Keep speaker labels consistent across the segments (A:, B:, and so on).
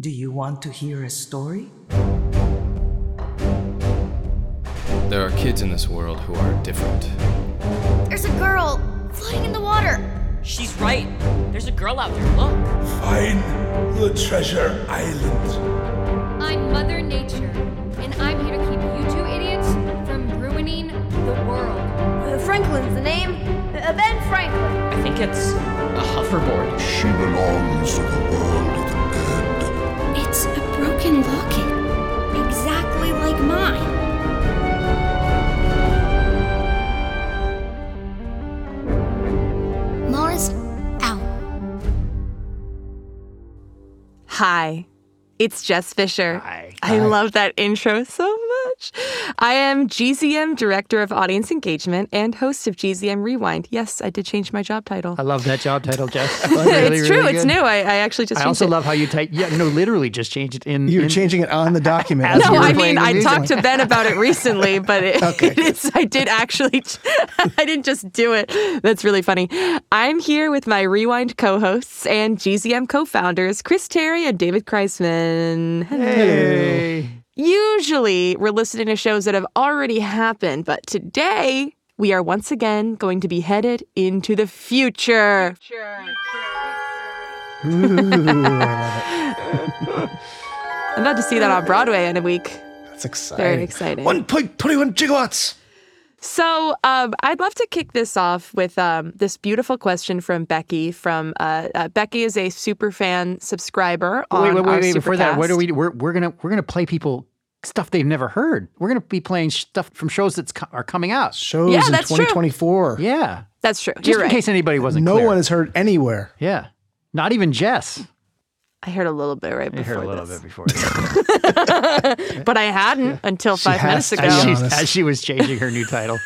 A: Do you want to hear a story?
B: There are kids in this world who are different.
C: There's a girl floating in the water.
D: She's right. There's a girl out there. Look.
E: Find the treasure island.
C: I'm Mother Nature, and I'm here to keep you two idiots from ruining the world. Uh, Franklin's the name. Uh, ben Franklin.
D: I think it's a hoverboard.
E: She belongs to the world of the dead.
C: It's a broken locket, exactly like mine. Mars out.
F: Hi, it's Jess Fisher. Hi. I love that intro so much. I am GZM Director of Audience Engagement and host of GZM Rewind. Yes, I did change my job title.
G: Um,
H: I love that job title, Jess.
F: it's true. it's new. I, I actually just
H: I
F: changed
H: also
F: it.
H: love how you type. Yeah, no, literally just change it in.
G: You're
H: in-
G: changing it on the document.
H: As
G: as
H: you
G: we
F: no,
H: were
F: I
G: were-
H: playing
F: mean
H: the
F: I
H: music.
F: talked to Ben about it recently, but it,
G: Okay.
F: it's I did actually I didn't just do it. That's really funny. I'm here with my Rewind co-hosts and GZM co-founders Chris Terry and David Kreisman. Hello.
H: Hey.
F: Usually, we're listening to shows that have already happened, but today we are once again going to be headed into the future. I'm about to see that on Broadway in a week.
G: That's exciting.
F: Very exciting.
G: 1.21 gigawatts.
F: So, um, I'd love to kick this off with um, this beautiful question from Becky. From uh, uh, Becky is a super fan subscriber on
H: Wait, wait,
F: our
H: wait, wait. Before that, what
F: Supercast.
H: are we? We're, we're gonna we're gonna play people stuff they've never heard. We're gonna be playing stuff from shows that co- are coming out.
G: Shows
F: Yeah,
G: in
F: that's true.
G: 2024.
H: Yeah,
F: That's true.
H: just
F: You're
H: in
F: right.
H: case anybody wasn't.
G: No
H: clear.
G: one has heard anywhere.
H: Yeah, not even Jess.
F: I heard a little bit right
H: I
F: before
H: heard a little
F: this,
H: bit before,
F: but I hadn't until five minutes
G: has to
F: ago.
G: be
H: as, she,
G: honest.
H: as she was changing her new title.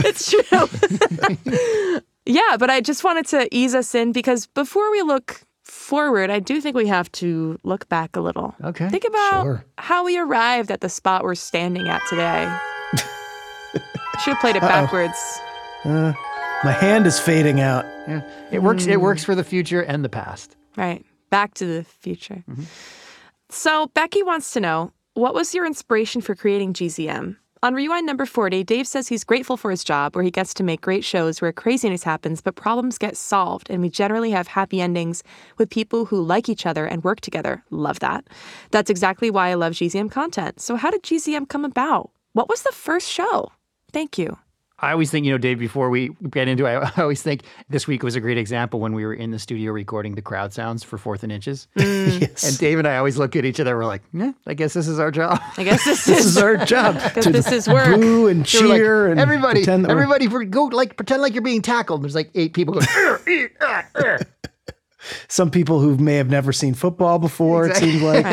F: It's true. yeah, but I just wanted to ease us in because before we look forward, I do think we have to look back a little.
H: Okay,
F: Think about
G: sure.
F: how we arrived at the spot we're standing at today. Should have played it backwards.
G: My hand is fading out.
H: Yeah. It works.
F: Hmm.
H: It works for the future and the past.
F: Right. Back to the future.
H: Mm-hmm.
F: So, Becky wants to know what was your inspiration for creating GZM? On Rewind number 40, Dave says he's grateful for his job where he gets to make great shows where craziness happens, but problems get solved, and we generally have happy endings with people who like each other and work together. Love that. That's exactly why I love GZM content. So, how did GZM come about? What was the first show? Thank you.
H: I always think, you know, Dave, before we get into it, I always think this week was a great example when we were in the studio recording the crowd sounds for Fourth and Inches.
G: Yes.
H: And Dave and I always look at each other. We're like, yeah, I guess this is our job.
F: I guess this
G: this
F: is
G: is our job. to
F: this is work.
G: Boo and
H: They were like,
G: cheer and
H: everybody,
G: pretend that we're-
H: everybody, for- go like pretend like you're being tackled. There's like eight people going. "Ur, ee, ah, ur."
G: some people who may have never seen football before. It seems like.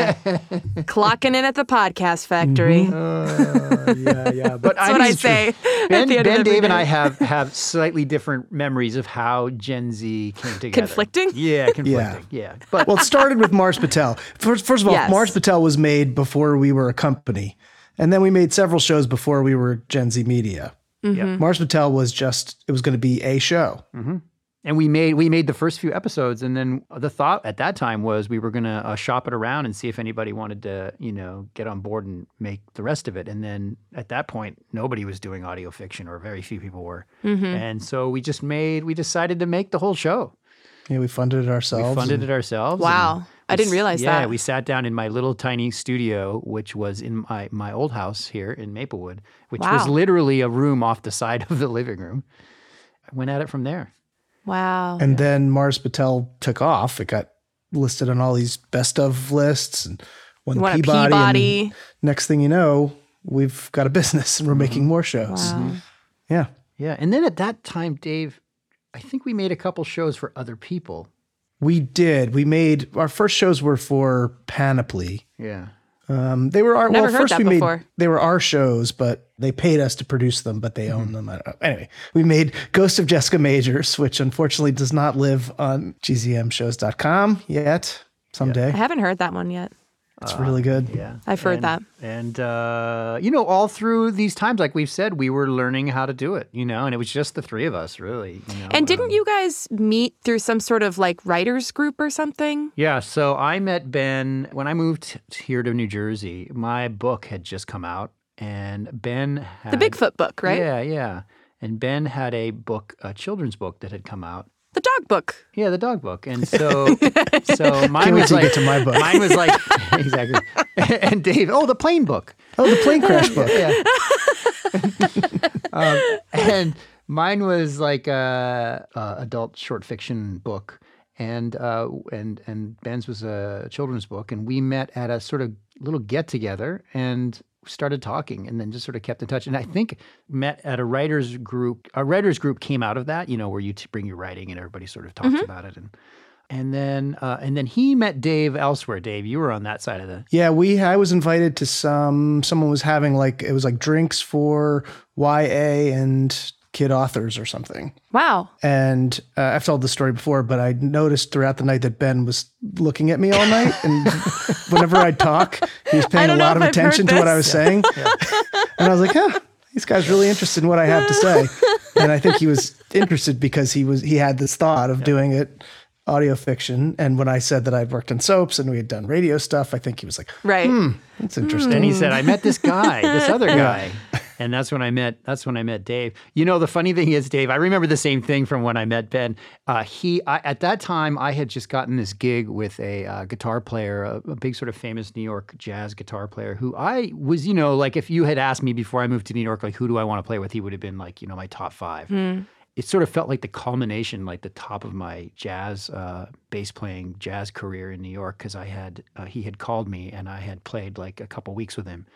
F: clocking in at the podcast factory.
H: Mm-hmm.
G: yeah, yeah. But
F: That's what I say. at
H: Ben,
F: the end of
H: ben
F: every
H: Dave, and I
F: day.
H: have have slightly different memories of how Gen Z came together.
F: Conflicting?
H: Yeah, conflicting. Yeah, but
G: well, it started with Mars Patel. First, first of all,
F: Yes.
G: Mars Patel was made before we were a company, and then we made several shows before we were Gen Z Media.
F: Mm-hmm.
G: Mars Patel was just it was going to be a show.
H: and we made we made the first few episodes and then the thought at that time was we were going to uh, shop it around and see if anybody wanted to you know get on board and make the rest of it and then at that point nobody was doing audio fiction or very few people were
F: Mm-hmm.
H: and so we just made we decided to make the whole show
G: Yeah, we funded it
H: we
G: ourselves.
H: funded
G: and-
H: it ourselves and
F: Wow. I didn't
H: s-
F: realize
H: yeah,
F: that.
H: we sat down in my little tiny studio, which was in my, my old house here in Maplewood, which was
F: Wow.
H: literally a room off the side of the living room. I went at it from there.
F: wow.
G: and then Mars Patel took off. It got listed on all these best of lists and won the
F: Won a
G: Peabody. and
F: Peabody.
G: next thing you know, we've got a business and we're making more shows.
F: Wow.
G: Yeah.
H: Yeah, and then at that time, Dave, I think we made a couple shows for other people.
G: We did. We made our first shows were for Panoply.
H: Yeah.
G: Um, they were our
F: Never
G: well
F: heard
G: first
F: that
G: we made
F: before.
G: they were our shows, but they paid us to produce them, but they own them. I don't know. Anyway, we made Ghost of Jessica Majors, which unfortunately does not live on gzmshows.com yet. Someday,
F: I haven't heard that one yet.
G: it's really good.
H: Uh, Yeah.
F: I've heard
H: And-
F: that.
H: And, uh, you know, all through these times, like we've said, we were learning how to do it, you know, and it was just the three of us, really. You know? uh,
F: And didn't you guys meet through some sort of like writers group or something?
H: Yeah, so I met Ben when I moved here to New Jersey. My book had just come out, and Ben had
F: The Bigfoot book, right?
H: Yeah, yeah. And Ben had a book, a children's book that had come out.
F: The dog book.
H: Yeah, the dog book. And so, so mine
G: Can't wait
H: was
G: till you
H: like
G: get to my book.
H: mine was like exactly. And Dave, oh, the plane book.
G: Oh, the plane crash book.
H: Yeah. um, and mine was like a, a adult short fiction book, and uh, and and Ben's was a children's book, and we met at a sort of little get together and started talking and then just sort of kept in touch and i think met at a writers group a writers group came out of that you know where you t- bring your writing and everybody sort of talks about it and and then uh, and then he met dave elsewhere dave you were on that side of the
G: Yeah, we I was invited to some someone was having like it was like drinks for YA and kid authors or something.
F: Wow.
G: And uh, I've told this story before, but I noticed throughout the night that Ben was looking at me all night, and whenever I talk, he was paying a
F: don't know
G: lot of
F: if I've heard
G: attention to what I
F: this.
G: was saying. and I was like, huh, these guys really interested in what I have to say. And I think he was interested because he was he had this thought of doing it audio fiction. And when I said that I'd worked in soaps and we had done radio stuff, I think he was like, "Hmm."
F: Right.
G: that's interesting.
H: And he said, I met this guy, this other guy. And that's when I met. That's when I met Dave. You know, the funny thing is, Dave. I remember the same thing from when I met Ben. Uh, he I, at that time, I had just gotten this gig with a uh, guitar player, a, a big sort of famous New York jazz guitar player, who I was. You know, like if you had asked me before I moved to New York, like who do I want to play with, he would have been like, you know, my top five.
G: Hmm.
H: It sort of felt like the culmination, like the top of my jazz uh, bass playing jazz career in New York, because I had uh, he had called me and I had played like a couple weeks with him,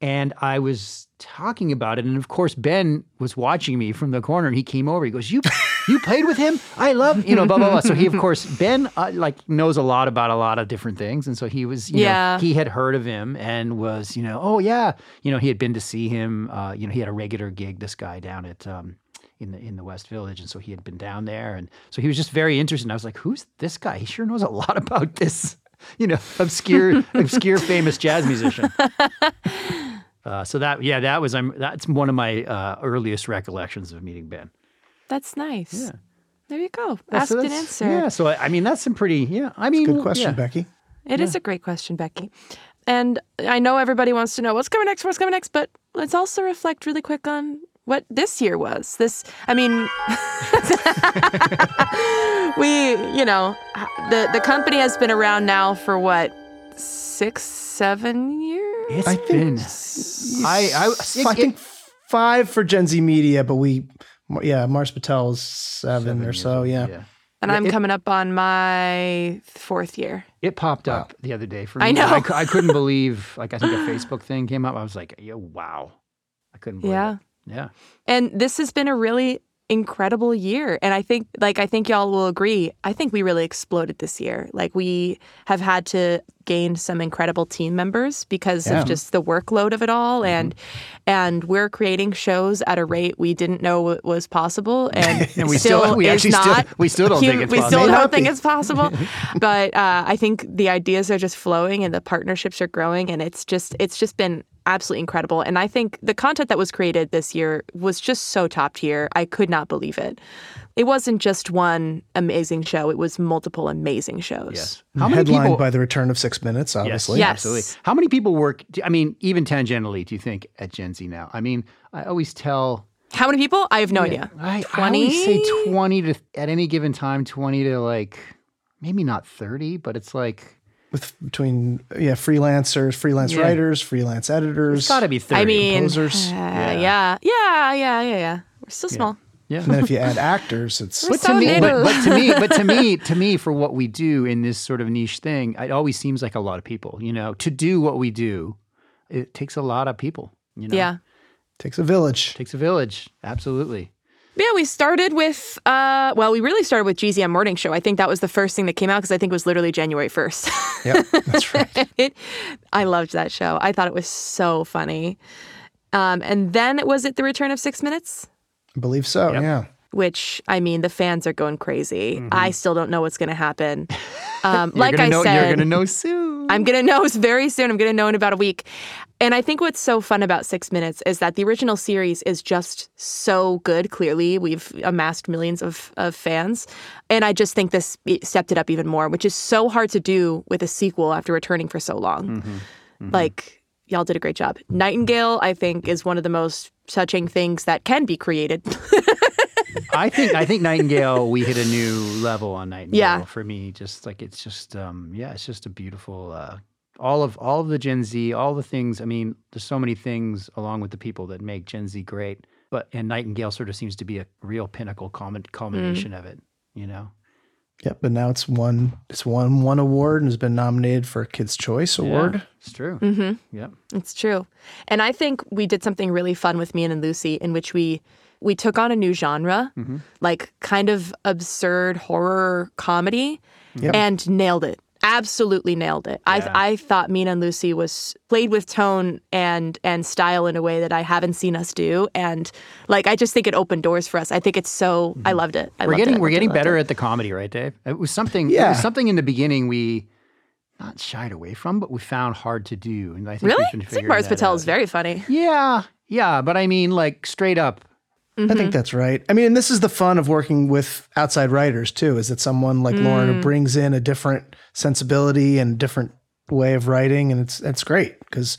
H: and I was talking about it, and of course Ben was watching me from the corner, and he came over. He goes, "You, you played with him? I love you know blah blah blah." So he of course Ben uh, like knows a lot about a lot of different things, and so he was you
F: Yeah.
H: know, he had heard of him and was you know oh yeah you know he had been to see him uh, you know he had a regular gig this guy down at. Um, in the in the West Village, and so he had been down there, and so he was just very interested. And I was like, "Who's this guy? He sure knows a lot about this, you know, obscure obscure famous jazz musician." Uh, so that yeah, that was I'm that's one of my uh, earliest recollections of meeting Ben.
F: That's nice. There you go.
H: That's-
F: Asked and
H: that's-
F: answered.
H: Yeah, so I, I mean that's some pretty yeah. I mean
G: Good question,
H: yeah.
G: Becky.
F: It is a great question, Becky. And I know everybody wants to know what's coming next, what's coming next, but let's also reflect really quick on what this year was. This, I mean, we, you know, the the company has been around now for what six, seven years.
H: It's
G: I think
H: been I I,
G: I think five for Gen Z Media, but we, yeah, Mars Patel is seven, or so. Yeah.
H: yeah.
F: And I'm coming up on my fourth year.
H: It popped up the other day for me.
F: I know.
H: I, cou- I couldn't believe like I think a Facebook thing came up. I was like, yeah, wow. I couldn't believe
F: Yeah.
H: it. Yeah.
F: And this has been a really incredible year. And I think, like, I think y'all will agree, I think we really exploded this year. Like, we have had to gain some incredible team members because
G: Yeah.
F: of just the workload of it all.
H: Mm-hmm.
F: And, and we're creating shows at a rate we didn't know wa- was possible. And,
H: And we
F: still,
H: still- we
F: is
H: actually still-
F: not.
H: we still don't think it's
F: we
H: possible.
F: still
G: May
F: don't
G: not
F: think
G: be.
F: it's possible. but uh, I think the ideas are just flowing and the partnerships are growing, and it's just it's just been absolutely incredible. And I think the content that was created this year was just so top tier. I could not believe it. It wasn't just one amazing show; it was multiple amazing shows.
H: Yes.
G: Mm-hmm. Headlined by the return of six minutes, obviously.
F: Yes.
H: Absolutely. How many people work? do- I mean, even tangentially, do you think at Gen Z now? I mean, I always tell.
F: How many people? I have no idea.
H: I, I
F: 20?
H: always say twenty to at any given time, twenty to like maybe not thirty, but it's like
G: With between yeah, freelancers, freelance
H: Yeah.
G: writers, freelance editors.
H: it's got to be thirty.
F: I mean,
G: composers.
F: uh, yeah. yeah, yeah, yeah, yeah. We're still small.
G: And then if you add actors, it's
H: But
F: so
H: to me, but,
F: little.
H: but to me, but to me, to me, for what we do in this sort of niche thing, it always seems like a lot of people. You know, to do what we do, it takes a lot of people. You know,
F: Yeah.
G: takes a village.
H: takes a village. Absolutely.
F: Yeah, we started with, uh, well, we really started with GZM Morning Show. I think that was the first thing that came out because I think it was literally January 1st.
G: Yeah, that's right.
F: it, I loved that show. I thought it was so funny. Um, and then was it The Return of Six Minutes?
G: I believe so. Yeah.
F: Which, I mean, the fans are going crazy. I still don't know what's going to happen. Um, like
H: gonna
F: I
H: know,
F: said,
H: Mm-hmm. you're gonna know soon.
F: I'm going to know very soon. I'm going to know in about a week. And I think what's so fun about Six Minutes is that the original series is just so good. Clearly, we've amassed millions of, of fans. And I just think this e- stepped it up even more, which is so hard to do with a sequel after returning for so long. Like, y'all did a great job. Nightingale, I think, is one of the most touching things that can be created.
H: I think I think Nightingale we hit a new level on Nightingale
F: Yeah.
H: for me. Just like it's just um yeah, it's just a beautiful uh all of all of the Gen Z, all the things. I mean, there's so many things along with the people that make Gen Z great. But and Nightingale sort of seems to be a real pinnacle culmin-
F: Mm-hmm.
H: culmination of it, you know.
G: Yep. But now it's won. It's won one award and has been nominated for a Kids Choice Award.
H: Yeah, it's true. Mm-hmm. Yep.
F: It's true. And I think we did something really fun with Mian and Lucy in which we we took on a new genre,
H: Mm-hmm.
F: like kind of absurd horror comedy and nailed it. Absolutely nailed it. I I thought Mina and Lucy was played with tone and and style in a way that I haven't seen us do, and like I just think it opened doors for us. I think it's so I loved it. I
H: Mm-hmm. we're
F: loved it,
H: getting
F: I
H: we're
F: loved it,
H: getting
F: loved
H: better
F: it.
H: at the comedy, right, Dave? It was something. It
G: Yeah.
H: was something in the beginning we not shied away from, but we found hard to do. And I think
F: Really,
H: we've been
F: I think
H: figuring
F: Mars
H: that
F: Patel
H: out.
F: is very funny.
H: Yeah, yeah, but I mean, like straight up.
G: I
H: Mm-hmm.
G: think that's right. I mean, and this is the fun of working with outside writers too, is that someone like Lauren
H: Mm.
G: who brings in a different sensibility and different way of writing, and it's it's great because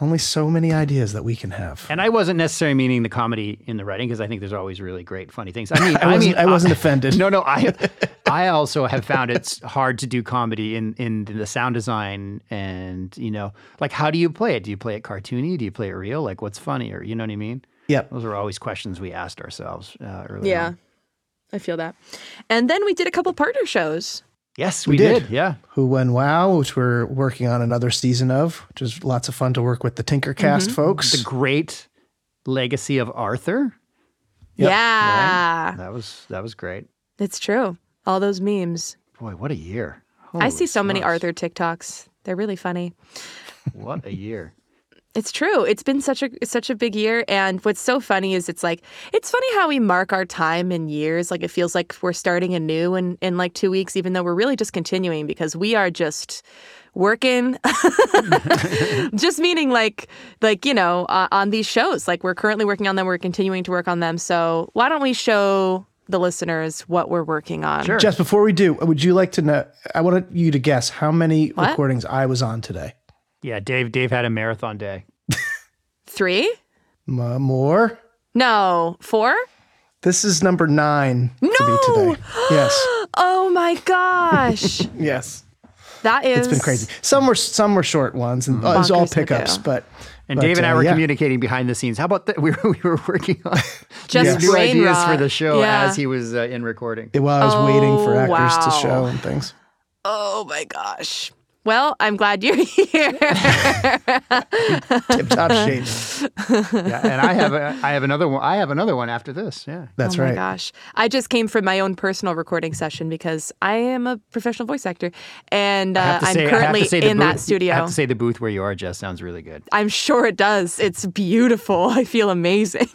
G: only so many ideas that we can have.
H: And I wasn't necessarily meaning the comedy in the writing because I think there's always really great, funny things. I mean, I,
G: I wasn't,
H: mean,
G: I wasn't offended.
H: No, no, I, I also have found it's hard to do comedy in in the sound design and you know, like how do you play it? Do you play it cartoony? Do you play it real? Like what's funnier? You know what I mean?
G: Yep.
H: Those are always questions we asked ourselves uh, earlier.
F: Yeah,
H: on.
F: I feel that. And then we did a couple partner shows.
H: Yes, we,
G: We
H: did.
G: did.
H: Yeah.
G: Who When Wow, which we're working on another season of, which is lots of fun to work with the Tinkercast
F: Mm-hmm.
G: folks.
H: The great legacy of Arthur.
F: Yeah.
H: That was that was great.
F: It's true. All those memes.
H: Boy, what a year.
F: I
H: Holy
F: see so many
H: smokes.
F: Arthur TikToks. They're really funny.
H: What a year.
F: It's true. It's been such a such a big year and what's so funny is it's like it's funny how we mark our time in years like it feels like we're starting anew in in like 2 weeks even though we're really just continuing because we are just working just meaning like like you know uh, on these shows like we're currently working on them we're continuing to work on them so why don't we show the listeners what we're working on sure.
G: Jess, before we do, would you like to know? I wanted you to guess how many
F: What?
G: recordings I was on today.
H: Yeah, Dave. Dave had a marathon day.
F: 3
G: M- more?
F: No, four?
G: This is number nine to me today. Yes.
F: Oh my gosh.
G: Yes.
F: that is
G: It's been crazy. Some were some were short ones, and it was all
F: Bonkers Mateo.
G: pickups. But
H: And
G: but,
H: Dave and I
G: uh,
H: were
G: yeah.
H: communicating behind the scenes. How about that? We were, we were working on
F: Just
H: new
F: brain
H: ideas
F: rot.
H: for the show
F: Yeah.
H: as he was uh, in recording.
G: While I was waiting for
F: Oh,
G: actors to
F: wow.
G: show and things.
F: Oh my gosh. Well, I'm glad you're here.
G: Tip top shape.
H: yeah, and I have a, I have another one. I have another one after this. Yeah.
G: That's
F: oh my
G: right.
F: gosh. I just came from my own personal recording session because I am a professional voice actor and uh, I'm currently in that studio.
H: I have to say the booth where you are, Jess, sounds really good.
F: I'm sure it does. It's beautiful. I feel amazing.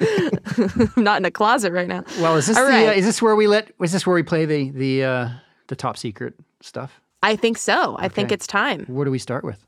F: I'm not in a closet right now.
H: Well, is this
F: All
H: the, uh,
F: right.
H: is this where we let is this where we play the the uh, the top secret stuff?
F: I think so. I think it's time.
H: Where do we start with?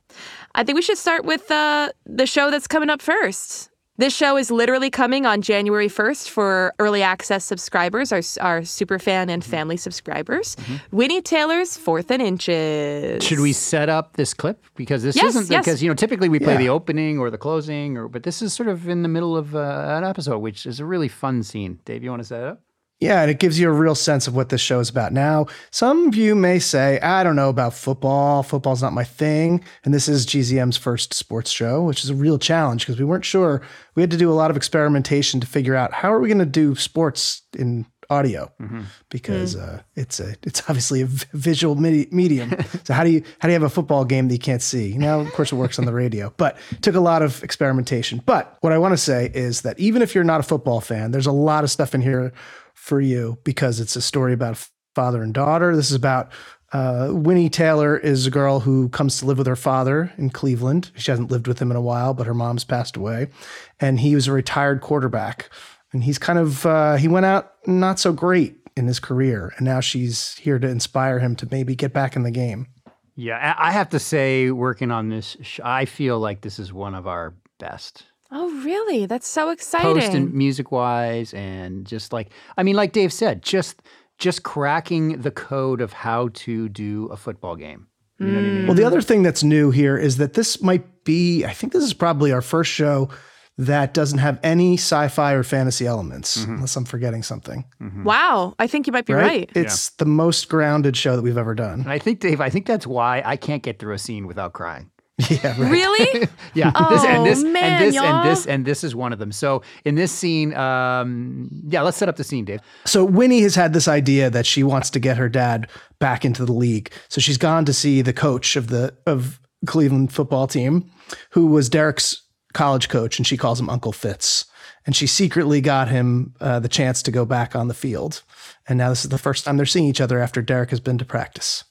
F: I think we should start with uh, the show that's coming up first. This show is literally coming on January 1st for early access subscribers, our, our super fan and family subscribers. Winnie Taylor's Fourth and Inches.
H: Should we set up this clip because this
F: Yes,
H: isn't
F: yes.
H: because you know typically we play
G: Yeah.
H: the opening or the closing or but this is sort of in the middle of uh, an episode which is a really fun scene. Dave, you want to set it up?
G: Yeah, and it gives you a real sense of what this show is about. Now, some of you may say, I don't know about football. Football's not my thing. And this is GZM's first sports show, which is a real challenge because we weren't sure. We had to do a lot of experimentation to figure out how are we going to do sports in
H: audio because uh, it's a it's obviously a v- visual medi- medium. so how do you how do you have a football game that you can't see? Now, of course, it works on the radio, but it took a lot of experimentation. But what I want to say is that even if you're not a football fan, there's a lot of stuff in here for you because it's a story about father and daughter. This is about uh, Winnie Taylor is a girl who comes to live with her father in Cleveland. She hasn't lived with him in a while, but her mom's passed away, and he was a retired quarterback. And he's kind of uh, he went out not so great in his career, and now she's here to inspire him to maybe get back in the game.
I: Yeah, I I have to say, working on this, sh- I feel like this is one of our best.
F: Oh, really? That's so
I: Post and
F: exciting.
I: music wise, and just like I mean, like Dave said, just just cracking the code of how to do a football game. You know what I mean?
H: Well, the other thing that's new here is that this might be, I think this is probably our first show that doesn't have any sci fi or fantasy elements,
I: Mm-hmm.
H: unless I'm forgetting something.
F: Mm-hmm. Wow. I think you might be right.
H: It's the most grounded show that we've ever done.
I: And I think Dave, I think that's why I can't get through a scene without crying.
H: Yeah, right.
F: Really?
I: Yeah. this
F: Oh,
I: and this
F: man,
I: and this
F: y'all.
I: and this and this is one of them. So in this scene, um, yeah, let's set up the scene, Dave.
H: So Winnie has had this idea that she wants to get her dad back into the league. So she's gone to see the coach of the of Cleveland football team, who was Derek's college coach, and she calls him Uncle Fitz. And she secretly got him uh, the chance to go back on the field. And now this is the first time they're seeing each other after Derek has been to practice.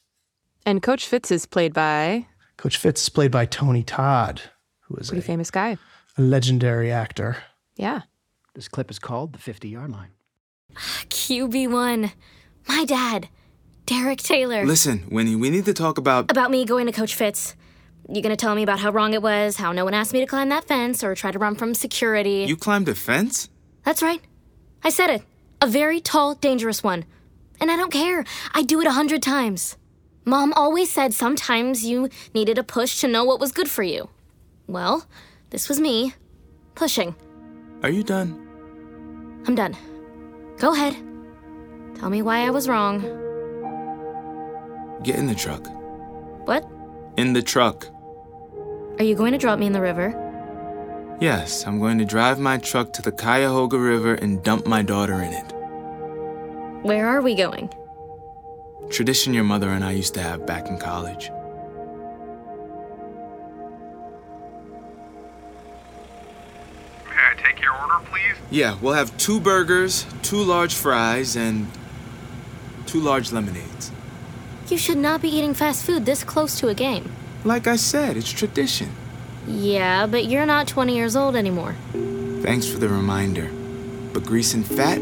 F: and Coach Fitz is played by
H: Coach Fitz is played by Tony Todd, who is
F: pretty
H: a
F: famous guy.
H: legendary actor.
F: Yeah.
I: This clip is called the 50 yard line.
C: QB1. My dad, Derek Taylor.
B: Listen, Winnie, we need to talk about.
C: About me going to Coach Fitz. You gonna tell me about how wrong it was, how no one asked me to climb that fence or try to run from security.
B: You climbed a fence?
C: That's right. I said it. A very tall, dangerous one. And I don't care. I do it a hundred times. Mom always said sometimes you needed a push to know what was good for you. Well, this was me pushing.
B: Are you done?
C: I'm done. Go ahead. Tell me why I was wrong.
B: Get in the truck.
C: What?
B: In the truck.
C: Are you going to drop me in the river?
B: Yes, I'm going to drive my truck to the Cuyahoga River and dump my daughter in it.
C: Where are we going?
B: Tradition your mother and I used to have back in college.
E: May I take your order, please?
B: Yeah, we'll have two burgers, two large fries, and two large lemonades.
C: You should not be eating fast food this close to a game.
B: Like I said, it's tradition.
C: Yeah, but you're not 20 years old anymore.
B: Thanks for the reminder. But grease and fat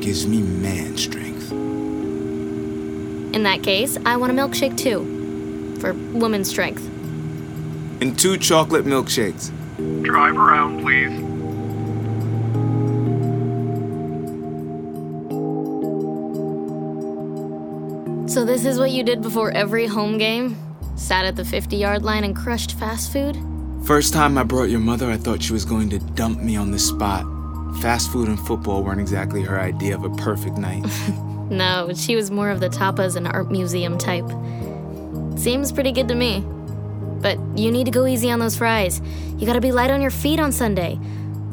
B: gives me man strength.
C: In that case, I want a milkshake too. For woman's strength.
B: And two chocolate milkshakes.
E: Drive around, please.
C: So, this is what you did before every home game? Sat at the 50 yard line and crushed fast food?
B: First time I brought your mother, I thought she was going to dump me on the spot. Fast food and football weren't exactly her idea of a perfect night.
C: No, she was more of the tapas and art museum type. Seems pretty good to me. But you need to go easy on those fries. You gotta be light on your feet on Sunday.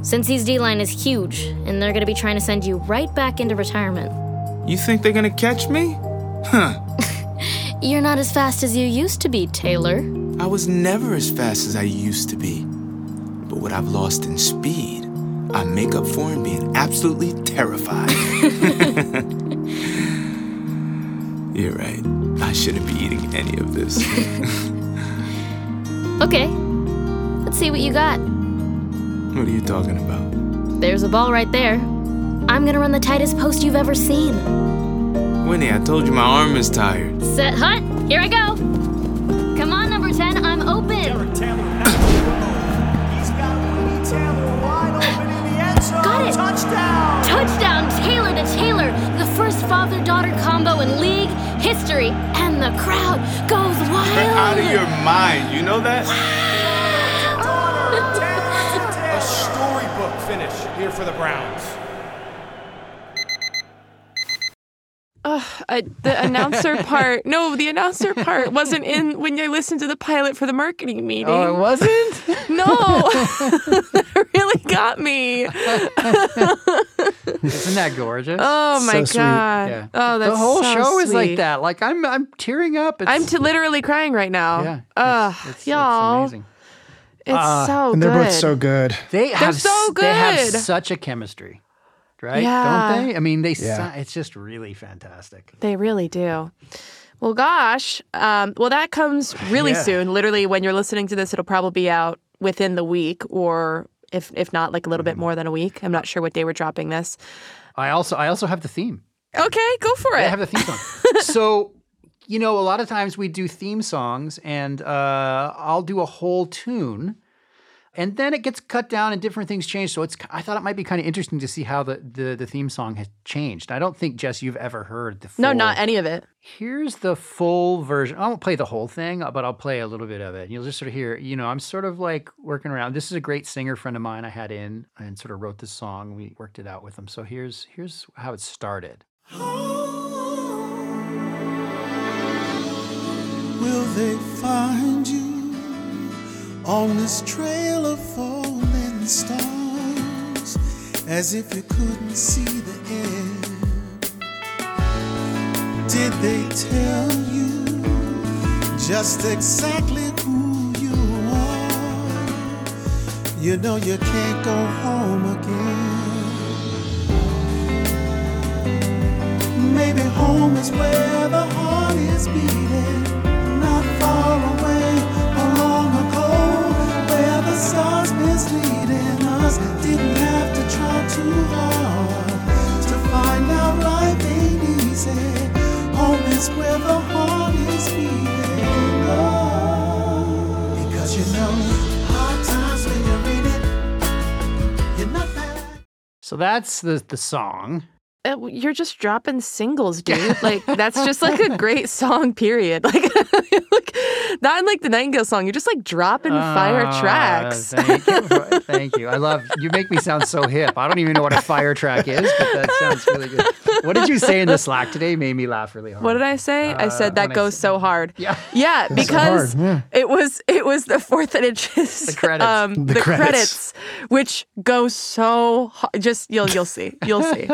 C: Cincy's D line is huge, and they're gonna be trying to send you right back into retirement.
B: you think they're gonna catch me? Huh.
C: You're not as fast as you used to be, Taylor.
B: I was never as fast as I used to be. But what I've lost in speed, I make up for in being absolutely terrified. You're right. I shouldn't be eating any of this.
C: Okay, let's see what you got.
B: what are you talking about?
C: There's a ball right there. I'm gonna run the tightest post you've ever seen.
B: Winnie, I told you my arm is tired.
C: Set hut, here I go. Come on, number 10, I'm open. Got it.
J: Touchdown!
C: Touchdown, Taylor to Taylor. The first father daughter combo in league history, and the crowd goes wild.
B: out of your mind, you know that?
E: A storybook finish here for the Browns.
F: Uh, the announcer part. No, the announcer part wasn't in when you listened to the pilot for the marketing meeting.
I: wasn't?
F: No. really got me.
H: Isn't that gorgeous?
F: Oh my
G: So sweet.
F: god.
H: Yeah.
F: Oh, that's
H: the whole
F: so
H: show is like
F: sweet.
H: that. Like I'm, I'm tearing up. It's,
F: I'm t- literally crying right now.
H: yeah, it's-
F: Ugh,
H: it's, it's
F: y'all, it's,
H: amazing.
F: so
G: Ah, and they're
F: good.
G: both so good.
H: They have
F: so
H: s- They have
F: good.
H: such a chemistry, right?
F: Yeah.
H: Don't they? I mean, they.
G: Yeah.
H: si- it's just really fantastic.
F: They really do. Well, gosh. Um, well, that comes really
H: Yeah.
F: soon. Literally, when you're listening to this, it'll probably be out within the week, or if if not, like a little
H: Mm.
F: bit more than a week. I'm not sure what day we're dropping this.
H: I also, I also have the theme.
F: Okay, go for it.
H: They have the theme song. so, you know, a lot of times we do theme songs, and uh, I'll do a whole tune, and then it gets cut down and different things change. So it's I thought it might be kind of interesting to see how the the, the theme song has changed. I don't think Jess, you've ever heard the full,
F: no, not any of it.
H: Here's the full version. I won't play the whole thing, but I'll play a little bit of it. And you'll just sort of hear, you know, I'm sort of like working around. This is a great singer friend of mine I had in and sort of wrote this song. We worked it out with him. So here's here's how it started.
E: Will they find you on this trail of falling stars as if you couldn't see the end? Did they tell you just exactly who you are? You know you can't go home again. Maybe home is where the heart is beating. Not far away or long ago, where the stars misleading us. Didn't have to try too hard to find out life ain't easy. Home is where the heart is beating. Oh, because you know, hard times when you're in it, you're not back.
H: So that's the the song.
F: Uh, w- You're just dropping singles, dude. Like that's just like a great song. Period. Like, like not unlike the Nightingale song. You're just like dropping fire
H: Ah,
F: tracks.
H: thank you. for- Thank you. I love you make me sound so hip. I don't even know what a fire track is, but that sounds really good. What did you say in the Slack today? Made me laugh really hard.
F: What did I say? I
H: Uh,
F: said that
H: when I
F: goes
H: said-
F: so hard.
H: Yeah.
F: Yeah, because it was it was the fourth and inches. The
H: credits.
F: Um, the,
G: The
F: credits.
G: credits.
F: which go so hard. Just you'll you'll see. You'll see.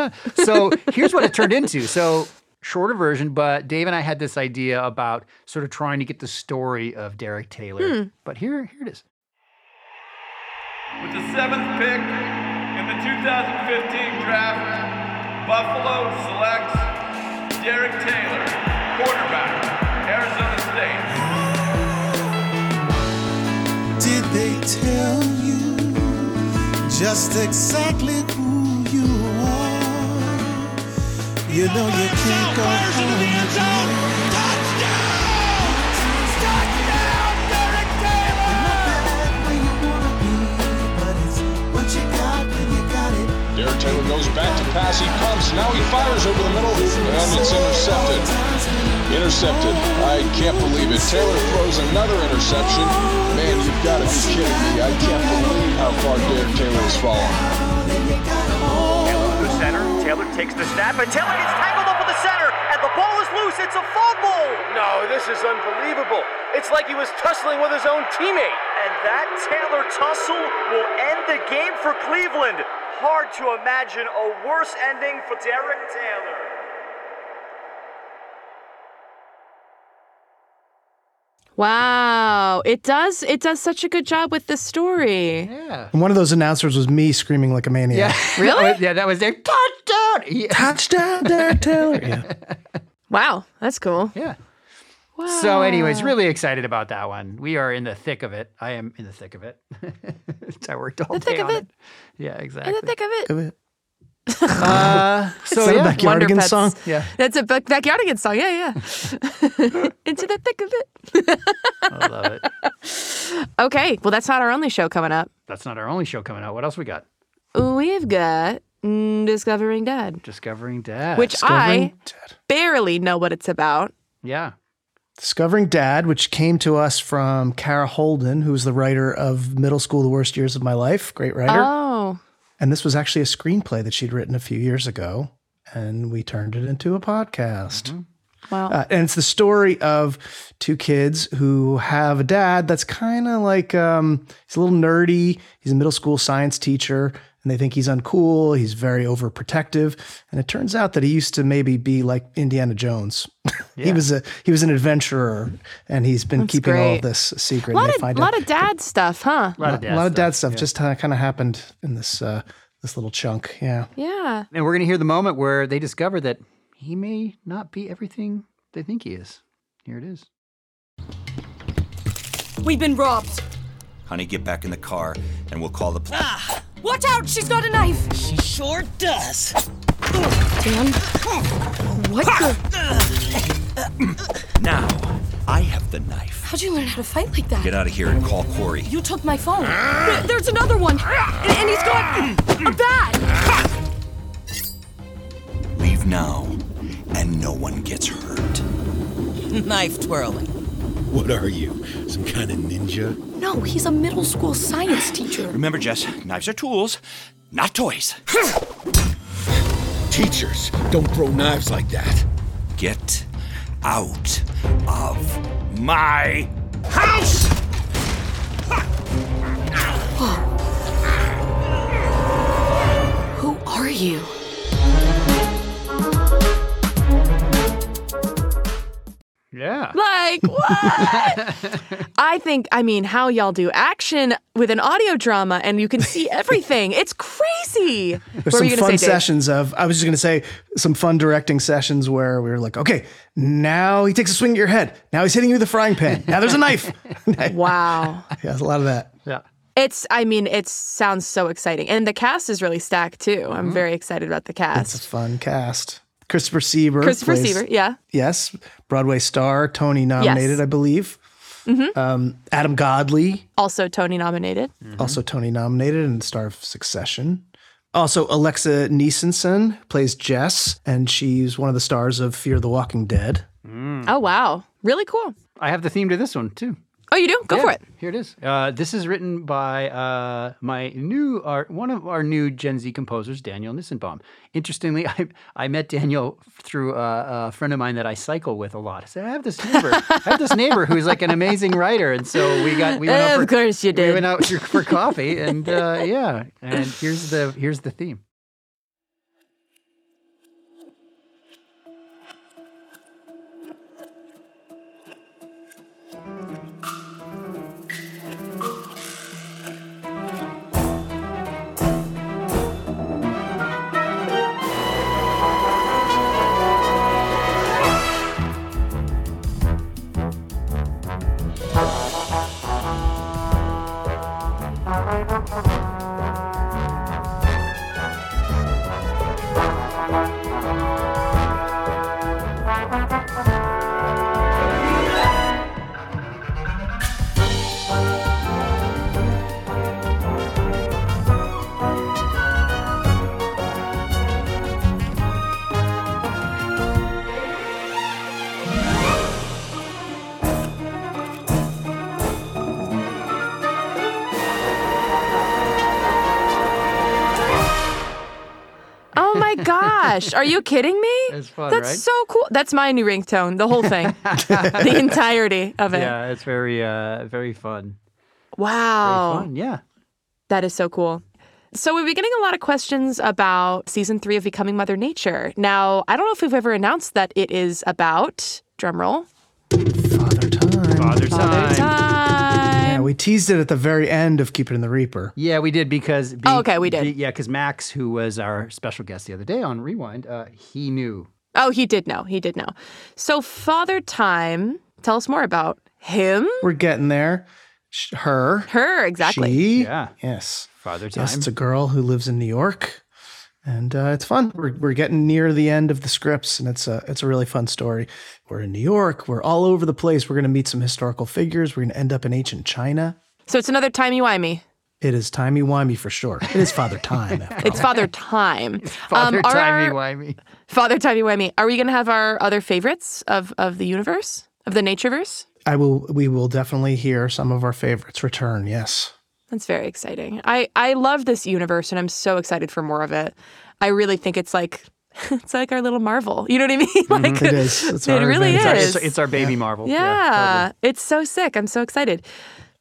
H: so here's what it turned into. So shorter version, but Dave and I had this idea about sort of trying to get the story of Derek
F: Hmm.
H: Taylor. But here, here it is.
K: With the seventh pick in the 2015 draft, Buffalo selects Derek Taylor, quarterback, Arizona State.
E: Did they tell you just exactly who you are? You know you can't go home.
K: Derek Taylor goes back to pass. He pumps. Now he fires over the middle, and it's intercepted. Intercepted. I can't believe it. Taylor throws another interception. Man, you've got to be kidding me. I can't believe how far Derek Taylor has fallen.
L: The center. Taylor takes the snap, and Taylor gets tangled up with the center, and the ball is loose. It's a fumble. No, this is unbelievable. It's like he was tussling with his own teammate. And that Taylor tussle will end the game for Cleveland. Hard to imagine a worse ending for Derek Taylor.
F: Wow. It does it does such a good job with the story.
H: Yeah.
G: And one of those announcers was me screaming like a maniac.
H: Really? yeah, that was Dave. Touchdown! Yeah.
G: Touchdown, Derek Taylor. Yeah.
F: Wow. That's cool.
H: yeah.
F: Wow.
H: So, anyways, really excited about that one. We are in the thick of it. I am in the thick of it. I worked all
F: thick
H: day
F: of
H: on
F: it.
H: it. Yeah, exactly.
F: in the thick of it.
H: Uh, so
G: Is that a
H: yeah,
G: Backyardigans
F: Wonder Pets.
G: song?
H: Yeah.
F: That's a back- backyardigans song. Yeah, yeah. Into the thick of it.
H: I love it.
F: Okay. Well, that's not our only show coming up.
H: That's not our only show coming out. What else we got?
F: We've got mm, Discovering Dad,
H: Discovering Dad.
F: which I
G: Discovering Dad.
F: barely know what it's about.
H: yeah,
G: Discovering Dad, which came to us from Kara Holden, who was the writer of Middle School: The Worst Years of My Life. Great writer.
F: Oh.
G: And this was actually a screenplay that she'd written a few years ago, and we turned it into a podcast.
F: Wow.
G: Uh, and it's the story of two kids who have a dad that's kind of like um, he's a little nerdy. He's a middle school science teacher, and they think he's uncool. He's very overprotective, and it turns out that he used to maybe be like Indiana Jones. he was a he was an adventurer, and he's been
F: That's
G: keeping all
F: great.
G: of this a secret.
F: A
G: and they
F: lot, of,
G: find
F: lot
G: out-
F: of dad stuff, huh?
G: a lot, of dad stuff just kind of happened in this uh, this little chunk. Yeah.
F: Yeah.
H: And we're going to hear the moment where they discover that he may not be everything they think he is. Here it is.
M: We've been robbed.
N: Honey, get back in the car and we'll call the police.
M: Ah. Watch out, she's got a knife. She sure does.
C: Damn.
M: What the?
N: Now, I have the knife.
M: How'd you learn how to fight like that?
N: Get out of here and call Corey.
M: You took my phone. There- There's another one. And, and he's got a bat.
N: Leave now, and no one gets hurt.
O: Knife twirling. What are you? Some kind of ninja?
M: No, he's a middle school science teacher.
N: Remember, Jess, knives are tools, not toys.
O: Teachers, don't throw knives like that.
N: Get out of my house!
M: Who are you?
H: Yeah.
F: Like, what? I think, I mean, how y'all do action with an audio drama and you can see everything. It's crazy.
G: There's
F: What were
G: some
F: you
G: fun
F: gonna say, Dave?
G: sessions of, I was just going to say, some fun directing sessions where we were like, okay, now he takes a swing at your head. Now he's hitting you with a frying pan. Now there's a knife.
F: wow.
G: Yeah, there's a lot of that.
H: Yeah.
F: It's, I mean, it sounds so exciting. And the cast is really stacked too. I'm
H: Mm-hmm.
F: very excited about the
G: It's a
F: cast.
G: fun cast. Christopher Sieber.
F: Christopher
G: plays-
F: Siever, yeah.
G: Yes. Broadway star, Tony nominated, I believe.
F: Mhm.
G: Um, Adam Godley,
F: Also Tony nominated.
G: also Tony nominated and star of Succession. Also, Alexa Neeson plays Jess, and she's one of the stars of Fear the Walking Dead.
H: Mm.
F: Oh, wow. Really cool.
H: I have the theme to this one too.
F: Oh, you do? Go for it.
H: Here it is. Uh, this is written by uh, my new our, one of our new Gen Z composers, Daniel Nissenbaum. Interestingly, I, I met Daniel through uh, a, a friend of mine that I cycle with a lot. I said, I have this neighbor. I have this neighbor who's like an amazing writer, and so we got we went out
F: Of
H: for,
F: course you
H: We
F: did.
H: went out for, for coffee, and uh, yeah, and here's the here's the theme.
F: Oh my gosh. Are you kidding me?
H: It's fun,
F: That's
H: right?
F: so cool. That's my new ringtone, the whole thing, the entirety of it.
H: Yeah, it's very uh, very fun.
F: Wow.
H: fun, yeah.
F: That is so cool. So we've been getting a lot of questions about season three of Becoming Mother Nature. Now, I don't know if we've ever announced that it is about, drumroll,
H: Father time.
G: Yeah, we teased it at the very end of Keep It in the Reaper.
H: Yeah, we did because.
F: Oh, okay, we did.
H: be- yeah, because Max, who was our special guest the other day on Rewind, uh, he knew.
F: Oh, he did know. He did know. So Father Time, tell us more about him.
G: We're getting there. Sh- Her.
F: Her, exactly.
G: She. Yes.
H: Father
G: Yes,
H: time.
G: it's a girl who lives in New York, and uh, it's fun. We're, we're getting near the end of the scripts, and it's a it's a really fun story. We're in New York. We're all over the place. We're going to meet some historical figures. We're going to end up in ancient China.
F: So it's another timey-wimey.
G: It is timey wimey for sure. It is Father Time. after
F: It's Father Time. Um,
H: Father
F: are
H: timey
F: our-
H: wimey.
F: Father Timey-wimey. Are we going to have our other favorites of, of the universe, of the natureverse?
G: I will. We will definitely hear some of our favorites return. Yes.
F: That's very exciting. I, I love this universe and I'm so excited for more of it. I really think it's like it's like our little Marvel. You know what I mean?
G: Mm-hmm.
F: like
H: It is. It's
F: it
H: our
F: really
H: adventure.
F: is.
H: It's our- it's our baby Marvel.
F: Yeah,
H: Yeah,
F: it's so sick. I'm so excited.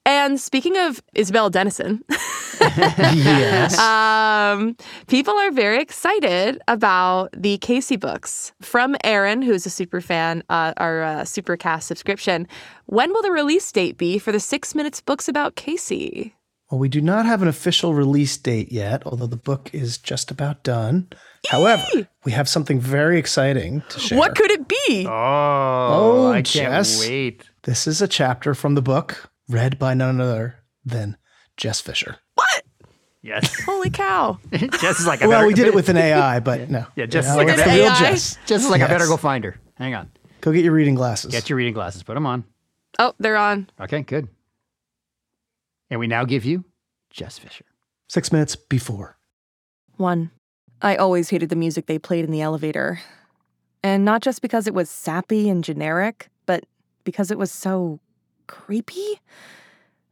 F: And speaking of Isabel Dennison,
H: yes.
F: um, people are very excited about the Casey books from Aaron, who's a super fan, uh, our uh, Supercast subscription. When will the release date be for the Six Minutes books about Casey?
G: Well, we do not have an official release date yet, although the book is just about done. However, we have something very exciting to share.
F: What could it be?
H: Oh, I can't wait.
G: This is a chapter from the book read by none other than Jess Fisher.
H: Yes.
F: Holy cow.
H: Jess is like, I
G: well,
H: better-
G: we did it with an AI, but no.
H: Yeah, Jess
G: Yeah,
H: is like,
G: it's the
H: I better-
G: real Jess.
H: Jess is like, I better
G: Yes.
H: go find her. Hang on.
G: Go get your reading glasses.
H: Get your reading glasses. Put them on.
F: Oh, they're on.
H: Okay, good. And we now give you Jess Fisher.
G: Six minutes before.
F: One, I always hated the music they played in the elevator. And not just because it was sappy and generic, but because it was so creepy.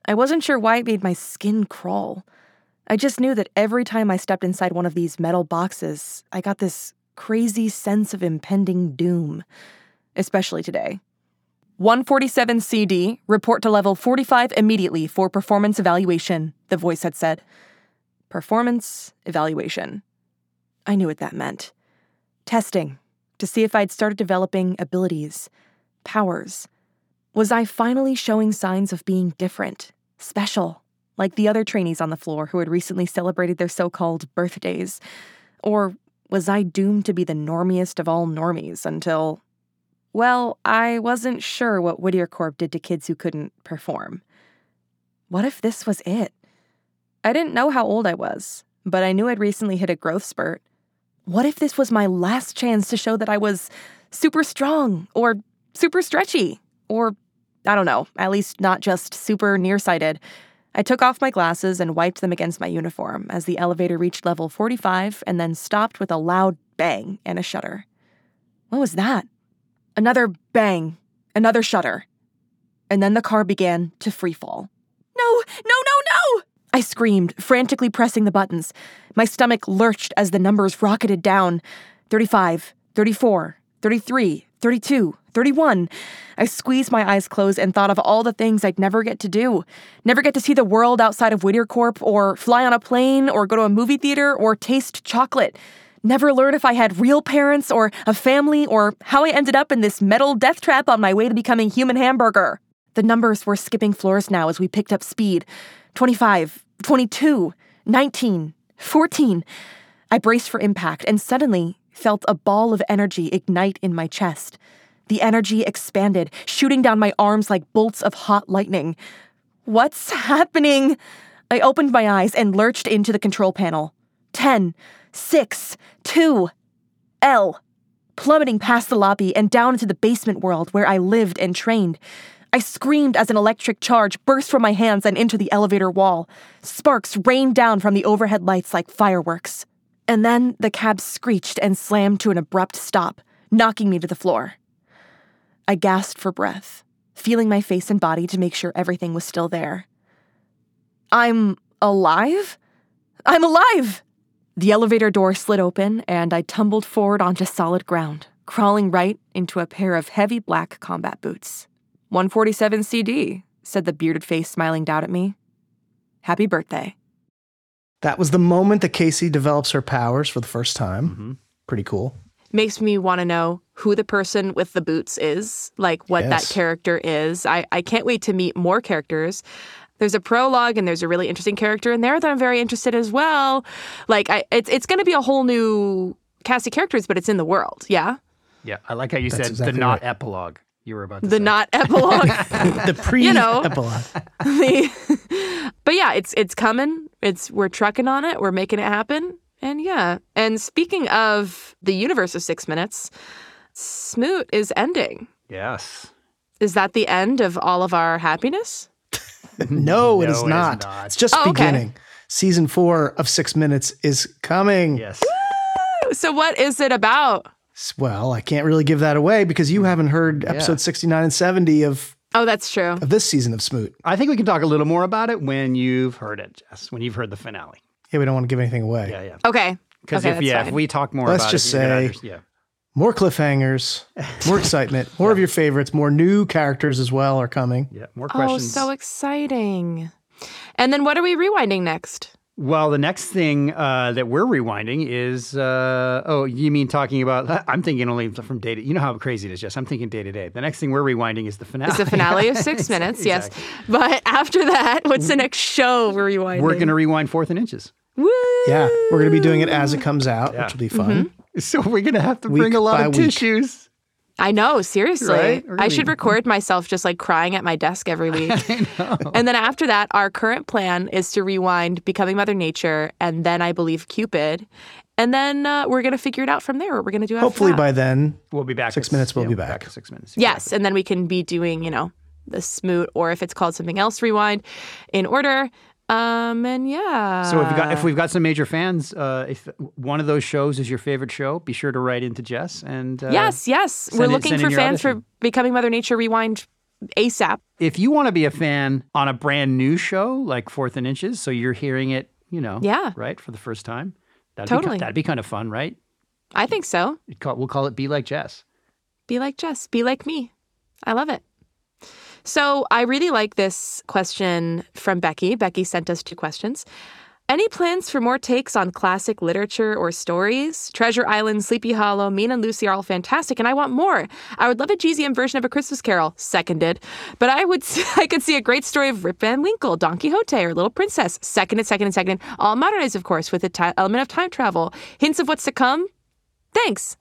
F: I wasn't sure why it made my skin crawl. I just knew that every time I stepped inside one of these metal boxes, I got this crazy sense of impending doom, especially today. 147 CD, report to level 45 immediately for performance evaluation, the voice had said. Performance evaluation. I knew what that meant. Testing to see if I'd started developing abilities, powers. Was I finally showing signs of being different, special, like the other trainees on the floor who had recently celebrated their so called birthdays? Or was I doomed to be the normiest of all normies until. Well, I wasn't sure what Whittier Corp did to kids who couldn't perform. What if this was it? I didn't know how old I was, but I knew I'd recently hit a growth spurt. What if this was my last chance to show that I was super strong or super stretchy or I don't know, at least not just super nearsighted? I took off my glasses and wiped them against my uniform as the elevator reached level 45 and then stopped with a loud bang and a shudder. What was that? Another bang, another shudder. And then the car began to freefall. No, no, no, no! I screamed, frantically pressing the buttons. My stomach lurched as the numbers rocketed down 35, 34, 33, 32, 31. I squeezed my eyes closed and thought of all the things I'd never get to do. Never get to see the world outside of Whittier Corp, or fly on a plane, or go to a movie theater, or taste chocolate. Never learn if I had real parents, or a family, or how I ended up in this metal death trap on my way to becoming human hamburger. The numbers were skipping floors now as we picked up speed 25, 22, 19, 14. I braced for impact and suddenly felt a ball of energy ignite in my chest. The energy expanded, shooting down my arms like bolts of hot lightning. What's happening? I opened my eyes and lurched into the control panel. 10, 6, 2, L plummeting past the lobby and down into the basement world where I lived and trained. I screamed as an electric charge burst from my hands and into the elevator wall. Sparks rained down from the overhead lights like fireworks. And then the cab screeched and slammed to an abrupt stop, knocking me to the floor. I gasped for breath, feeling my face and body to make sure everything was still there. I'm alive? I'm alive! The elevator door slid open, and I tumbled forward onto solid ground, crawling right into a pair of heavy black combat boots. 147 CD, said the bearded face, smiling down at me. Happy birthday.
G: That was the moment that Casey develops her powers for the first time. Pretty cool.
F: Makes me want to know who the person with the boots is, like what
G: Yes.
F: that character is. I, I can't wait to meet more characters. There's a prologue and there's a really interesting character in there that I'm very interested as well. Like I, it's it's going to be a whole new cast of characters, but it's in the world. Yeah.
H: Yeah, I like how you
F: That's
H: said
F: exactly
H: the not epilogue. You were about to
F: the
H: say.
F: not epilogue the
G: pre
F: you know
G: epilogue
F: the, but yeah it's it's coming it's we're trucking on it we're making it happen and yeah and speaking of the universe of six minutes smoot is ending
H: Yes.
F: is that the end of all of our happiness
G: no, it, is
H: it is
G: not.
H: not.
G: It's just
F: Oh, okay.
G: beginning. Season four of Six Minutes is coming.
H: Yes.
F: so what is it about
G: Well, I can't really give that away because you haven't heard episode 69 and 70 of,
F: oh that's true
G: of this season of Smoot.
H: I think we can talk a little more about it when you've heard it, Jess, when you've heard the finale.
G: Yeah, we don't want to give anything away.
H: Yeah, yeah.
F: okay
H: Because
F: Okay,
H: if
F: that's
H: yeah, if
F: fine.
H: we talk more,
G: Let's
H: about
G: just
H: it, you're gonna
G: say,
H: under- yeah,
G: more cliffhangers, more excitement, more of your favorites, more new characters as well are coming.
H: Yeah, more
F: Oh, so exciting. And then what are we rewinding next?
H: Well, the next thing uh, that we're rewinding is uh, oh, you mean talking about? I'm thinking only from day to. You know how crazy it is, Jess. I'm thinking day to day. The next thing we're rewinding is the finale.
F: It's the finale of six minutes, yes. But after that, what's
H: Mm-hmm.
F: the next show we're rewinding?
H: We're gonna rewind fourth and inches.
F: Woo!
G: Yeah, we're going to be doing it as it comes out, which will be fun.
F: Mm-hmm.
H: So we're gonna have to
G: Week
H: bring a lot
G: by
H: of
G: week.
H: tissues.
F: I know, seriously.
H: Right? We're gonna
F: I should
H: be-
F: record myself just like crying at my desk every week. And then after that, our current plan is to rewind Becoming Mother Nature and then I believe Cupid. And then uh, we're going to figure it out from there what we're going to do after
G: Hopefully
F: that.
G: by then,
H: we'll be back.
G: Six
H: with-
G: minutes, we'll
H: yeah,
G: be
H: we'll
G: back.
H: six minutes.
F: Yes, and then we can be doing, you know, the smoot or if it's called something else, rewind in order. Um and yeah.
H: So uh, if we've got if we've got some major fans, uh, if one of those shows is your favorite show, be sure to write into Jess and uh,
F: Yes, yes.
H: send
F: We're
H: in-
F: looking
H: send in
F: for
H: your
F: fans
H: audition.
F: for Becoming Mother Nature Rewind ASAP.
H: If you want to be a fan on a brand new show like Fourth and Inches, so you're hearing it, you know,
F: Yeah.
H: right for the first time, that'd
F: Totally.
H: be, that'd be kind of fun, right?
F: I think so.
H: It call, we'll call it "Be Like Jess."
F: Be like Jess, be like me. I love it. So I really like this question from Becky. Becky sent us two questions. Any plans for more takes on classic literature or stories? Treasure Island, Sleepy Hollow, Mean and Lucy are all fantastic, and I want more. I would love a GZM version of A Christmas Carol, seconded. But I would, I could see a great story of Rip Van Winkle, Don Quixote, or Little Princess, seconded, seconded, seconded. All modernized, of course, with the ti- element of time travel, hints of what's to come. Thanks.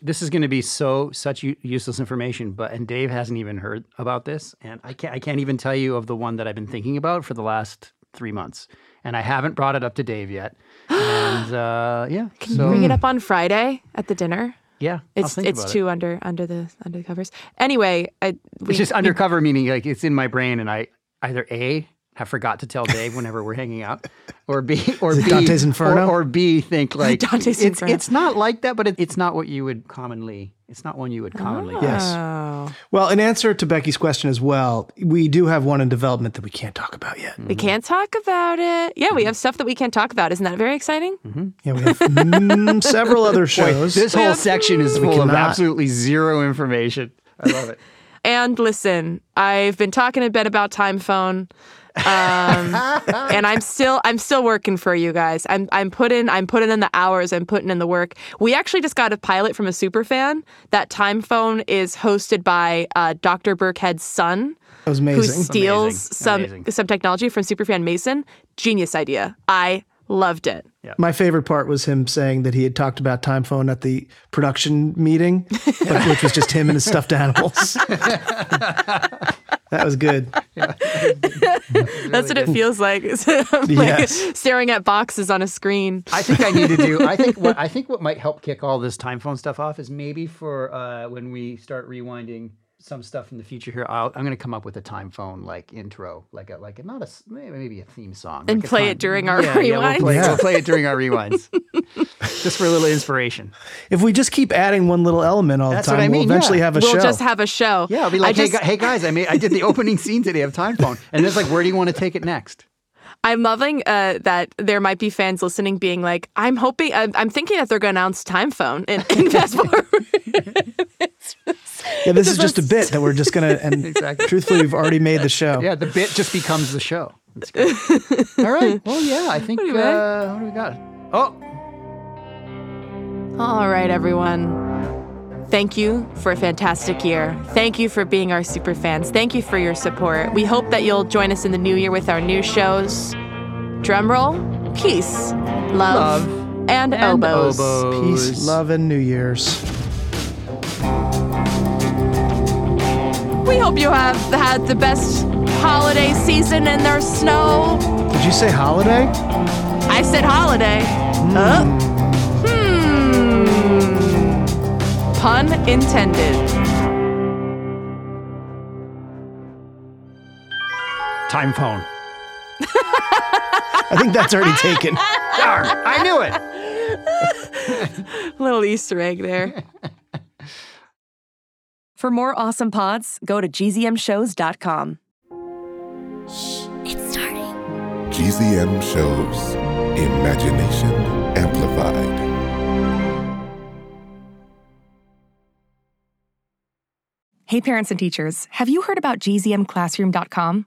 H: This is going to be so such u- useless information, but and Dave hasn't even heard about this, and I can't I can't even tell you of the one that I've been thinking about for the last three months, and I haven't brought it up to Dave yet. And uh, yeah,
F: Can
H: so
F: you bring it up on Friday at the dinner?
H: Yeah, I'll
F: it's
H: think
F: it's
H: about it.
F: too under under the under the covers. Anyway, I we,
H: it's just undercover, meaning like it's in my brain, and I either a have forgot to tell Dave whenever we're hanging out, or b or
G: Is it
H: b
G: Dante's
H: or-
G: Inferno?
H: or, b think like
F: Dante's
H: it's
F: Inferno.
H: it's not like that, but it, it's not what you would commonly. It's not one you would commonly.
G: Yes.
F: Oh.
G: Well, in answer to Becky's question as well, we do have one in development that we can't talk about yet.
H: Mm-hmm.
F: we can't talk about it. Yeah, we have stuff that we can't talk about. Isn't that very exciting?
G: Yeah, we have mm, several other
H: Boy,
G: shows.
H: this whole section is
G: We
H: full of
G: cannot-
H: absolutely zero information. I love it.
F: And listen, I've been talking a bit about time phone. Um, and I'm still I'm still working for you guys. I'm I'm putting I'm putting in the hours, I'm putting in the work. We actually just got a pilot from a super fan. That time phone is hosted by uh, Dr. Burkhead's son.
G: That was
F: who
G: amazing.
F: steals some
H: Amazing.
F: some technology from superfan Mason. Genius idea. I loved it.
G: My favorite part was him saying that he had talked about time phone at the production meeting, but- which was just him and his stuffed animals. that was good.
F: That's what it feels like. It's like
G: Yes.
F: staring at boxes on a screen.
H: I think I need to do. I think what I think what might help kick all this time phone stuff off is maybe for uh, when we start rewinding some stuff in the future here. I'll, I'm going to come up with a time phone like intro, like a like a, not a s- maybe a theme song,
F: And
H: like a
F: play it
H: time-
F: during our
H: yeah, yeah, we'll, play,
F: rewinds.
H: we'll play it during our rewinds, just for a little inspiration.
G: If we just keep adding one little element all
H: That's
G: the
H: what
G: time,
H: I mean,
G: we'll eventually
H: yeah.
G: have a
F: we'll
G: show.
F: just have a show.
H: Yeah, I'll be
F: I
H: like, hey,
F: just-
H: gu- hey guys, I made I did the opening scene today of time phone, and it's like, where do you want to take it next?
F: I'm loving uh, that there might be fans listening, being like, I'm hoping, I'm, I'm thinking that they're going to announce time phone and, and fast forward.
G: yeah, this is just a bit that we're just going to, and
H: Exactly.
G: truthfully, we've already made the show.
H: Yeah, the bit just becomes the show. That's great. All right. Well, yeah, I think.
F: Anyway.
H: Uh, what do we got? Oh,
F: All right, everyone. Thank you for a fantastic year. Thank you for being our super fans. Thank you for your support. We hope that you'll join us in the new year with our new shows. Drumroll, peace, love,
H: Love,
F: and,
H: and
F: oboes.
H: oboes.
G: Peace, love, and New Year's.
F: We hope you have had the best holiday season and there's snow.
G: Did you say holiday?
F: I said holiday. Uh, hmm. Pun intended.
H: Time phone.
G: I think that's already taken.
H: Darn, I knew it.
F: Little Easter egg there.
P: For more awesome pods, go to gzmshows.com.
N: GZM shows.
E: Imagination amplified.
F: Hey, parents and teachers, have you heard about gzmclassroom.com?